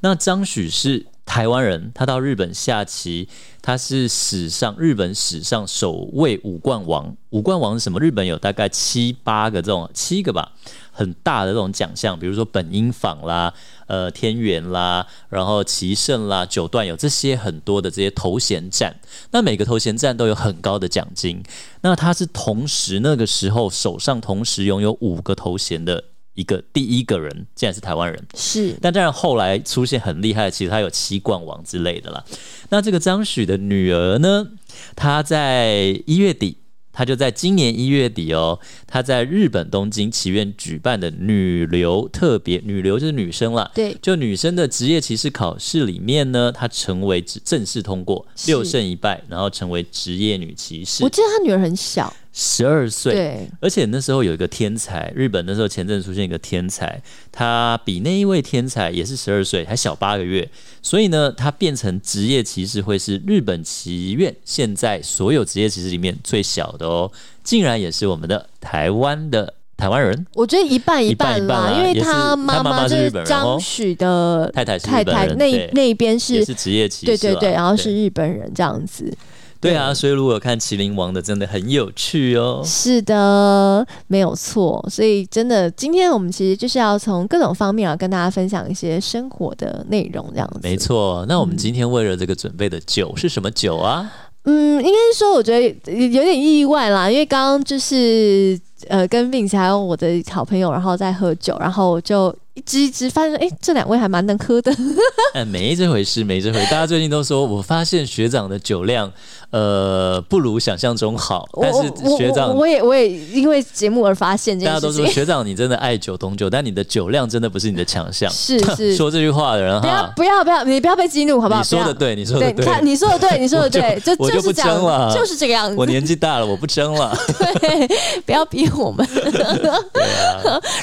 那张许是台湾人，他到日本下棋，他是史上日本史上首位五冠王。五冠王是什么？日本有大概七八个这种七个吧，很大的这种奖项，比如说本因坊啦、呃天元啦，然后棋圣啦、九段有这些很多的这些头衔战。那每个头衔战都有很高的奖金。那他是同时那个时候手上同时拥有五个头衔的一个第一个人竟然是台湾人。
是
但当然后来出现很厉害的，其实他有七冠王之类的啦。那这个张许的女儿呢，她在一月底，她就在今年一月底哦，她在日本东京祈愿举办的女流特别女流就是女生啦。
对，
就女生的职业歧视考试里面呢，她成为只正式通过
是
六胜一败，然后成为职业女骑士
我，记得他女儿很小，
十二岁。
对，
而且那时候有一个天才，日本那时候前阵出现一个天才，他比那一位天才也是十二岁，还小八个月，所以呢，他变成职业骑士会是日本棋院现在所有职业骑士里面最小的哦，竟然也是我们的台湾的台湾人
我觉得一半
一
半
半一
啦，
半啦
因为
也是
他
他
妈
妈妈
就是是
日本人
张
哦
许的
太太是
太
日本
太，
人，
那
对
那一边是
也是职业骑士啊
对
啦，
对对，然后是日本人这样子。
对啊，所以如果有看《麒麟王》的，真的很有趣哦。
是的，没有错。所以真的，今天我们其实就是要从各种方面啊，跟大家分享一些生活的内容，这样子。
没错，那我们今天为了这个准备的酒是什么酒啊？
嗯，应该是说，我觉得有点意外啦，因为刚刚就是呃，跟 Vince 还有我的好朋友，然后在喝酒，然后就一支一支发现，哎、这两位还蛮能喝的，
哎，没这回事，没这回事。大家最近都说，我发现学长的酒量，呃，不如想象中好。
我
但是
我
学
我
长，
我也我也因为节目而发现这
大
件
家都
事
说
情，
学长你真的爱酒懂酒，但你的酒量真的不是你的强项。
是是，
说这句话的人
不要
哈，
不要不要，你不要被激怒，好不好？
你说
不
的
要
对，你说
对，
的
你看你说的对，你说的对，就
我就是不
这样
争了
就是这个样
我
子，
年纪大了，我不争了。
对，不要逼我们。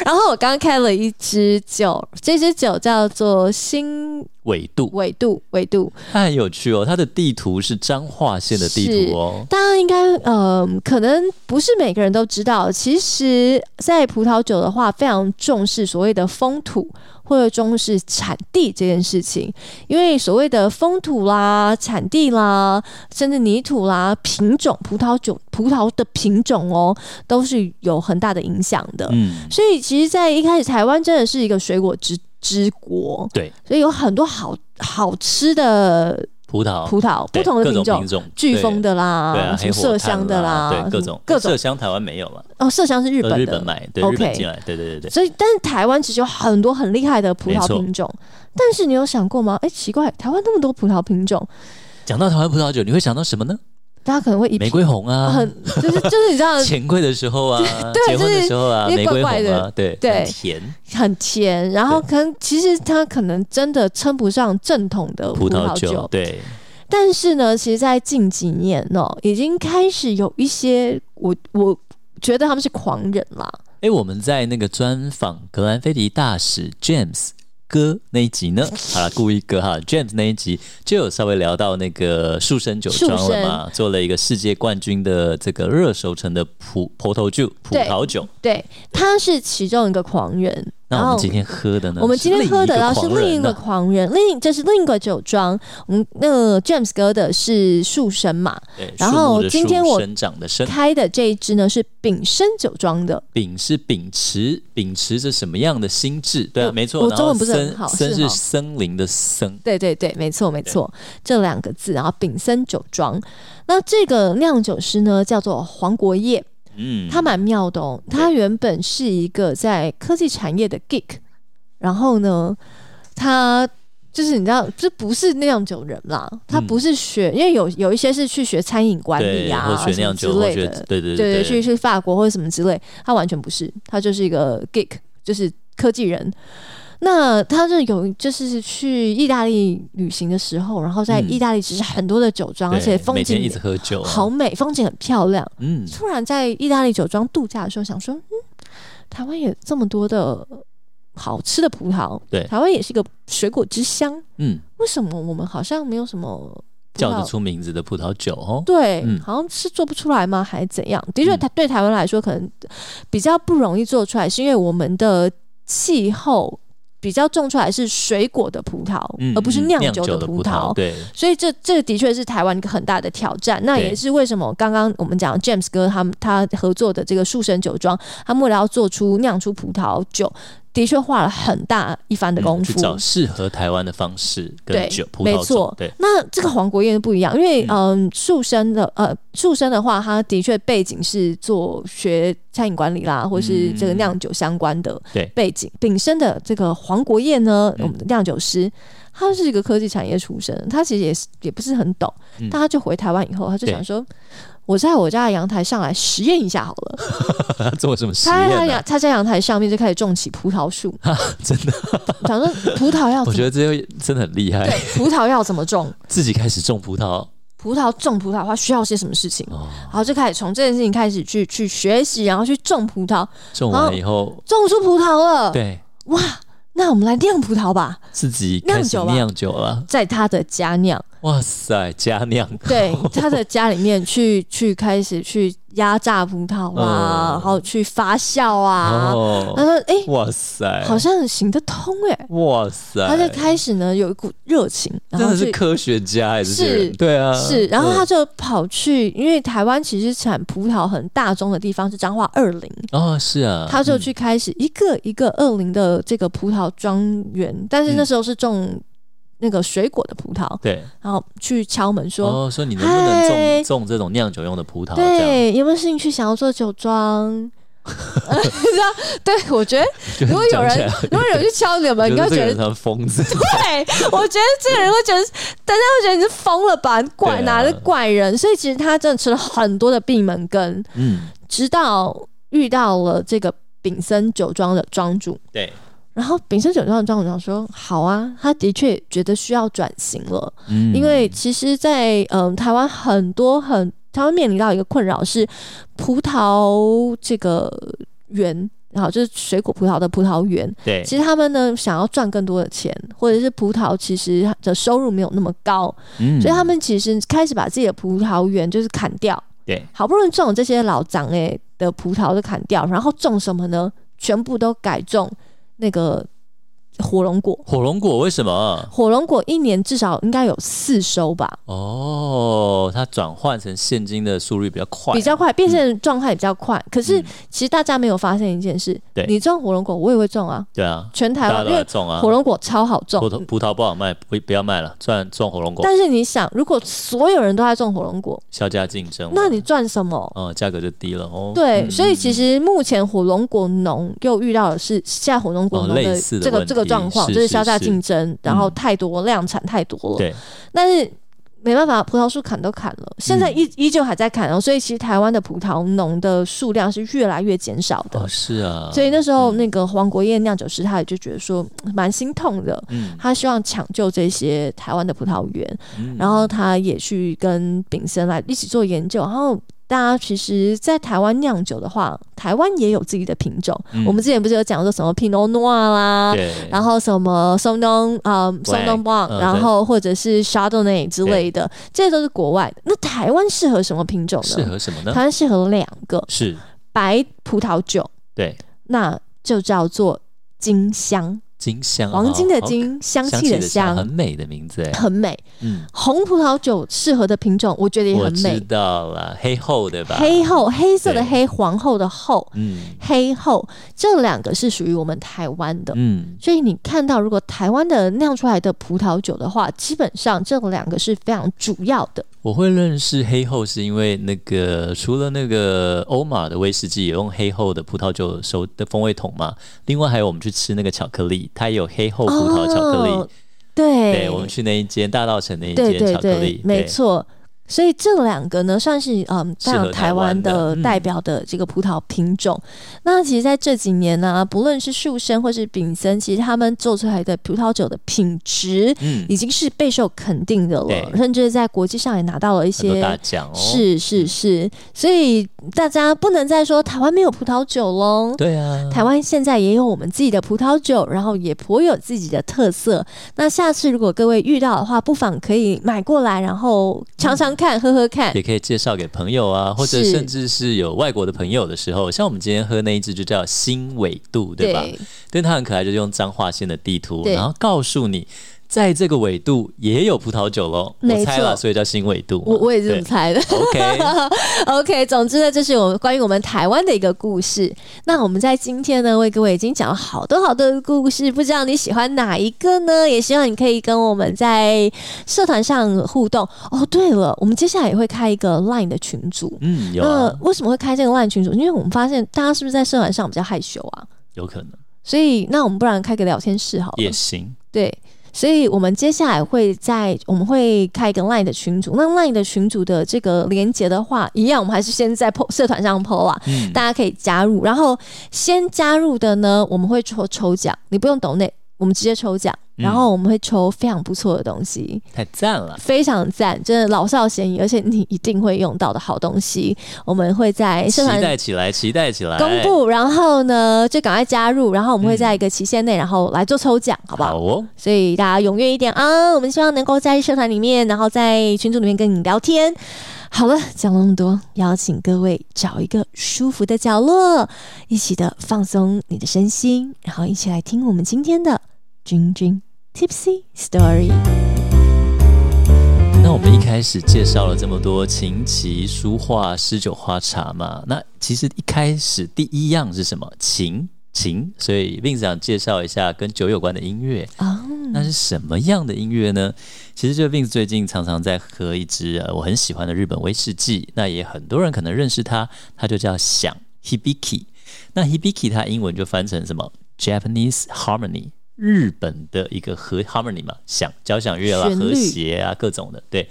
然后我刚开了一支酒，这支酒叫做新
纬度，
纬度，纬度，
它很有趣哦。它的地图是彰化县的地图哦。
大家应该呃，可能不是每个人都知道，其实，在葡萄酒的话，非常重视所谓的风土或者重视产地这件事情，因为所谓的风土啦、产地啦，甚至泥土啦、品种，葡萄酒葡萄的品种哦，都是有很大的影响的。
嗯，
所以其实，在一开始，台湾真的是一个水果之之国，
对，
所以有很多好好吃的
葡萄，
葡萄，不
哦对
同的
各
品
种
种
品。种，
飓
对
风的啦，
对啊，
什
黑
么
火
麝
炭
香的啦，
对各
什么
种
各种
麝香台湾没有嘛，
哦，麝香是日本
呃
的，
日本买，对
OK
日本进来，对对对对，
所以，但是台湾其实有很多很厉害的葡萄
没错
品种，但是你有想过吗？哎、奇怪，台湾那么多葡萄品种，
讲到台湾葡萄酒，你会想到什么呢？
大家可能会一
玫瑰红啊，
很就是就是你知道
钱柜的时候啊，
对
结婚
就是
的时候啊，
因
玫
为
瑰
怪怪
红
的
啊，对
对
很甜
很甜，然后可能其实它可能真的称不上正统的
葡萄
萄
酒，对，
但是呢，其实，在近几年哦，已经开始有一些我我觉得他们是狂人啦，
哎，我们在那个专访格兰菲迪大使 James。哥那一集 呢？好了，故意哥哈，James 那一集就有稍微聊到那个树生酒庄
树生
了嘛，做了一个世界冠军的这个热熟成的葡葡萄酒，葡
对
萄酒。
对，他是其中一个狂人。然
那我
后
们今天喝的呢？
我们今天喝的
呢
呢是另一个狂人，啊另一这是另一个酒庄，我们那个 James 哥的是树生嘛，
对
然
树木
后
的
今
树
天我
生长的生，
开的这一支呢是丙申酒庄的，
秉是秉持秉持着什么样的心智？对啊，
我
没错。
哦我
然
中文
后
不是很
森
好
森
是
是
好
森林的森，
对对对，没错没错，这两个字，然后丙申酒庄，那这个酿酒师呢叫做黄国业，
嗯，
他蛮妙的哦，他原本是一个在科技产业的 geek，然后呢，他就是你知道，这不是酿酒人啦，他不是学，因为有有一些是去学餐饮管理
对，
啊
或学
什么
酿
之
酒，或
类
学
的，
对对
对对，去
对，
去法国或者什么之类，他完全不是，他就是一个 geek，就是科技人。那他就有就是去意大利旅行的时候，然后在
嗯
意大利只是很多的酒庄，而且
对
风
每天一
景
直喝酒，哦
好，美，风景很漂亮。
嗯，
突然在意大利酒庄度假的时候，想说，嗯，台湾有这么多的好吃的葡萄，
对
台湾也是一个水果之乡，
嗯，
为什么我们好像没有什么葡
叫得
萄？
出名字的葡萄酒哦，
对，
嗯
好像是做不出来吗？还是怎样？的确，
嗯
台对台湾来说，可能比较不容易做出来，是因为我们的气候比较种出来是水果的葡萄，
嗯，
而不是
嗯
酿
酿
酒的
的
葡
萄，
萄。
对，
所以这这的确是台湾一个很大的挑战，那
对
也是为什么刚刚我们讲 James 哥他们他合作的这个树神酒庄，他们为了要做出酿出葡萄酒，的确花了很大一番的功
嗯去
夫。
找适合台湾的方式跟
对
酒，葡
没
萄酒
错，
对，
那这个黄国宴不一样，因为嗯，树生的呃，树生的话，他的确背景是做学餐饮管理啦，或是这个
嗯
酿酒相关的
对
背景。丙申的这个黄国宴呢，
嗯
我们的酿酒师，他是一个科技产业出身，他其实也是也不是很懂，
嗯
但他就回台湾以后，他就
对
想说。我在我家的阳台上来实验一下好 了。
他做什么实
他在他
验啊
阳
呢？
他在阳台上面就开始种起葡萄树，
真的，
想说葡萄要
我
怎
觉
么
得这些真的很厉害，
对葡萄要怎么种，
自己开始种葡萄
葡萄种葡萄的话需要些什么事情，
哦，
然后就开始从这件事情开始去去学习，然后去种葡萄，
种
然后
完以后，
种出葡萄了。
对
哇，那我们来酿葡萄吧，
自己开始
酿酒吧
酿酒了，
在他的家 酿，
哇塞，加酿，
对，他的家里面去去开始去压榨葡萄啊，
嗯
然后去发酵啊。他
哦，
说：“哎、
哇塞，
好像行得通哎、
哇塞，
他就开始呢有一股热情，然
真
后
的是
去
科学家哎，这些
是
人对啊，
是，然后
嗯
他就跑去，因为台湾其实产葡萄很大宗的地方是彰化二林，
哦，是啊，
他就
嗯
去开始一个一个二零的这个葡萄庄园，但是那
嗯
时候是种那个水果的葡萄，
对，
然后去敲门说。
哦，说你能不能
嗨
种种这种酿酒用的葡萄？这样，
对，有没有兴趣想要做酒 庄？你知道，对我觉得
就
如果有
讲起
人
来，
如果有人去敲你的门，
觉
你会
得
觉
这个
得
人像 疯子，
对，我觉得这个人会觉得，大家会觉得你是疯了吧？你怪
对啊
哪个怪人？所以其实他真的吃了很多的闭门羹，
嗯，
直到遇到了这个丙森酒庄的庄主，
对，
然后丙申酒庄的庄主长说：“好啊，他的确觉得需要转型了，
嗯
因为其实在，嗯台湾很多很台湾面临到一个困扰是葡萄这个园，然后就是水果葡萄的葡萄园，
对，
其实他们呢想要赚更多的钱，或者是葡萄其实的收入没有那么高，
嗯
所以他们其实开始把自己的葡萄园就是砍掉，
对
好不容易种这些老长哎的葡萄都砍掉，然后种什么呢？全部都改种那个火龙果。
火龙果为什么？
火龙果一年至少应该有四收吧，
哦，它转换成现金的速率比较快，啊
比较快，变现的状态比较快。可是
嗯
其实大家没有发现一件事，
对
你种火龙果，我也会种啊，
对啊，
全台
大家
湾
都
因
在
为
种啊，
火龙果超好种
葡。萄葡萄不好卖，不不要卖了，赚赚火龙果，
但是你想，如果所有人都在种火龙果，
销价竞争嘛，
那你赚什么？
哦价格就低了哦，
对，
嗯
所以其实目前火龙果农又遇到的是现在火龙果
哦
农
类
的
似的
这个、
问
这个
题
状况，
是
就是
是
销价
是
竞争，然后
嗯
太多、量产太多了。
对，
但是没办法，葡萄树砍都砍了，现
嗯
在依依旧还在砍哦，所以其实台湾的葡萄农的数量是越来越减少的。
哦是啊，
所以那时候，
嗯
那个黄国燕酿酒师他也就觉得说嗯蛮心痛的，
嗯，
他希望抢救这些台湾的葡萄园，
嗯
然后他也去跟炳生来一起做研究，然后。大家其实，在台湾酿酒的话，台湾也有自己的品种。
嗯
我们之前不是有讲说什么 Pinot Noir 啦，
对，
然后什么松东啊、松东 b l a n
嗯
然后或者是 Chardonnay 之类的，这些都是国外的。那台湾适合什么品种
适
呢？
合什么呢
台？湾适合两个
是
白葡萄酒，
对，
那就叫做金香，
金香，
黄金的
哦
金，香
香
气的
香，
香
很，美的名字哎。
很美。
嗯，
红葡萄酒适合的品种，我 觉得也
我
很
知
美。
道了，黑后对吧？
黑，后，黑色的
对
黑，皇后的后，
嗯
黑后，这两个是属于我们台湾的。
嗯，
所以你看到，如果台湾的酿出来的葡萄酒的话，基本上这两个是非常主要的。
我会认识黑后是因为那个除了那个欧玛的威士忌也用黑后的葡萄酒手的风味桶嘛，另外还有我们去吃那个巧克力，它也有黑后葡萄巧克力，
哦对，
对，我们去那一间大稻城那一
对
间
对
巧克力
对，，没
对，
错。所以这两个呢，算是嗯，
适
代表
合
台
台
湾
湾的
的
嗯
代表的这个葡萄品种。那其实在这几年呢、不论是树生或是丙森，其实他们做出来的葡萄酒的品质
嗯，
已经是备受肯定的了，
对
甚至在国际上也拿到了一
很多
些
大奖哦，，嗯
是是是，所以大家不能再说台湾没有葡萄酒喽。
对啊，
台湾现在也有我们自己的葡萄酒，然后也颇有自己的特色。那下次如果各位遇到的话，不妨可以买过来，然后尝尝看，
嗯
喝喝看。
也可以介绍给朋友啊，或者
是
甚至是有外国的朋友的时候，像我们今天喝那一支就叫新纬度，对吧？
对
但它很可爱，就是用彰化县的地图，
对
然后告诉你在这个纬度也有葡萄酒喽。
没
我猜了，
错
所以叫新纬度嘛。
我我也是这么
对
猜的。
OK，
OK，总之呢，这是我们关于我们台湾的一个故事。那我们在今天呢，为各位已经讲了好多好多的故事，不知道你喜欢哪一个呢？也希望你可以跟我们在社团上互动。哦，对了，我们接下来也会开一个 LINE 的群组。
嗯，有
那
啊，
为什么会开这个 LINE 群组？因为我们发现大家是不是在社团上比较害羞啊？
有可能
所以，那我们不然开个聊天室好了。
也行。
对，所以我们接下来会在我们会开一个 LINE 的群组，那 LINE 的群组的这个连接的话，一样我们还是先在 po 社团上 PO 啊，
嗯，
大家可以加入。然后先加入的呢，我们会抽抽奖，你不用抖内。我们直接抽奖，
嗯
然后我们会抽非常不错的东西，
太赞了，
非常赞，真的老少咸宜，而且你一定会用到的好东西。我们会在
期
社团
待哎起来，期待起来。
公布，然后呢就赶快加入，然后我
嗯
们会在一个期限内，然后来做抽奖，好不好
好？哦，
所以大家踊跃一点啊！我们希望能够在社团里面，然后在群组里面跟你聊天。好了，讲了那么多，邀请各位找一个舒服的角落，一起的放松你的身心，然后一起来听我们今天的君君 Tipsy Story。
那我们一开始介绍了这么多琴棋书画诗酒花茶嘛，那其实一开始第一样是什么？琴琴，所以 Vince 想介绍一下跟酒有关的音乐。
啊、
那是什么样的音乐呢？其实这个 Vince 最近常常在喝一支呃我很喜欢的日本威士忌，那也很多人可能认识它，它就叫响 Hibiki。那 Hibiki 它英文就翻成什么？Japanese Harmony，日本的一个和 Harmony 嘛，响交响乐啦、
旋律
和谐啊各种的，对。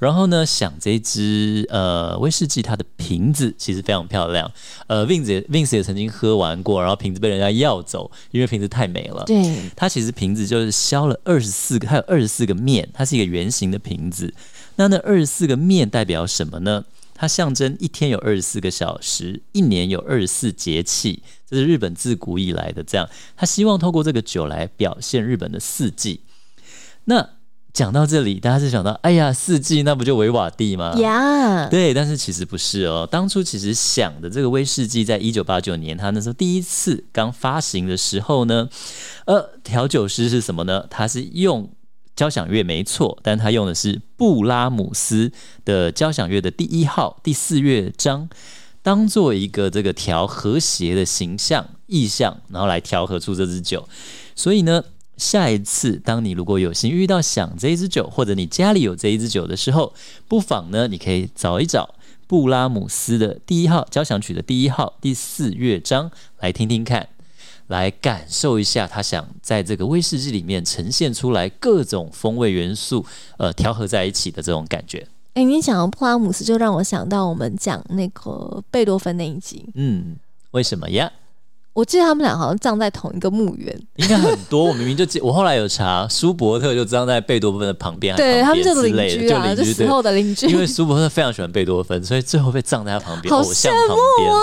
然后呢，想这支呃威士忌，它的瓶子其实非常漂亮。呃，Vince 也 Vince 也曾经喝完过，然后瓶子被人家要走，因为瓶子太美了。
对，
它其实瓶子就是削了二十四个，它有二十四个面，它是一个圆形的瓶子。那那二十四个面代表什么呢？它象征一天有二十四个小时，一年有二十四节气，这是日本自古以来的这样。他希望透过这个酒来表现日本的四季。那讲到这里，大家是想到，哎呀，四季那不就维瓦蒂吗？
呀、
对，但是其实不是哦。当初其实想的这个威士忌，在一九八九年，它那时候第一次刚发行的时候呢，呃，调酒师是什么呢？他是用交响乐没错，但他用的是布拉姆斯的交响乐的第一号第四乐章，当做一个这个调和谐的形象意象，然后来调和出这支酒。所以呢，下一次当你如果有幸遇到想这一支酒，或者你家里有这一支酒的时候，不妨呢，你可以找一找布拉姆斯的第一号交响曲的第一号第四乐章来听听看。来感受一下他想在这个威士忌里面呈现出来各种风味元素，呃，调和在一起的这种感觉。
哎、你讲到布拉姆斯，就让我想到我们讲那个贝多芬那一集，
嗯，为什么呀？
我记得他们俩好像葬在同一个墓园，
应该很多，我明明就记，我后来有查，舒伯特就葬在贝多芬的旁边，
对他
还
们
旁边
就邻
哎之类
居
的
啊，就
就邻居
死
对。
后的邻居。
因为舒伯特非常喜欢贝多芬，所以最后被葬在他旁边，
好
偶像旁边。
哦，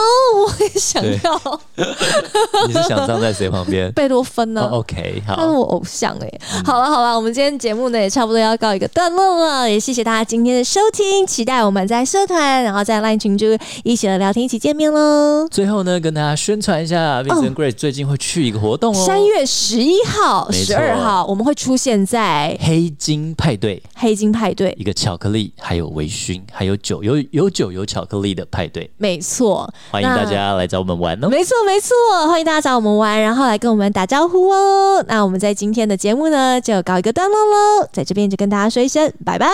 我也想
对
要。？
你是想葬在谁旁边
贝多芬呢、
哦、OK，
他是
好，嗯
我偶像哎、好了好了，我们今天节目呢也差不多要告一个段落了，也谢谢大家今天的收听，期待我们在社团，然后在 LINE 群组一起来聊天，一起见面喽。
最后呢，跟大家宣传一下，Vincent Grace 最近会去一个活动哦，
嗯三月十一号、
没
十
错
二号，我们会出现在
黑金派对，
黑金派对，
一个巧克力，还有微醺，还有酒，有有酒有巧克力的派对，
没错，
欢迎
那
大家来找我们玩哦。
没错，没错，欢迎大家找我们玩，然后来跟我们打招呼哦。那我们在今天的节目呢，就告一个段落喽，在这边就跟大家说一声拜拜。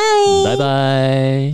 拜拜。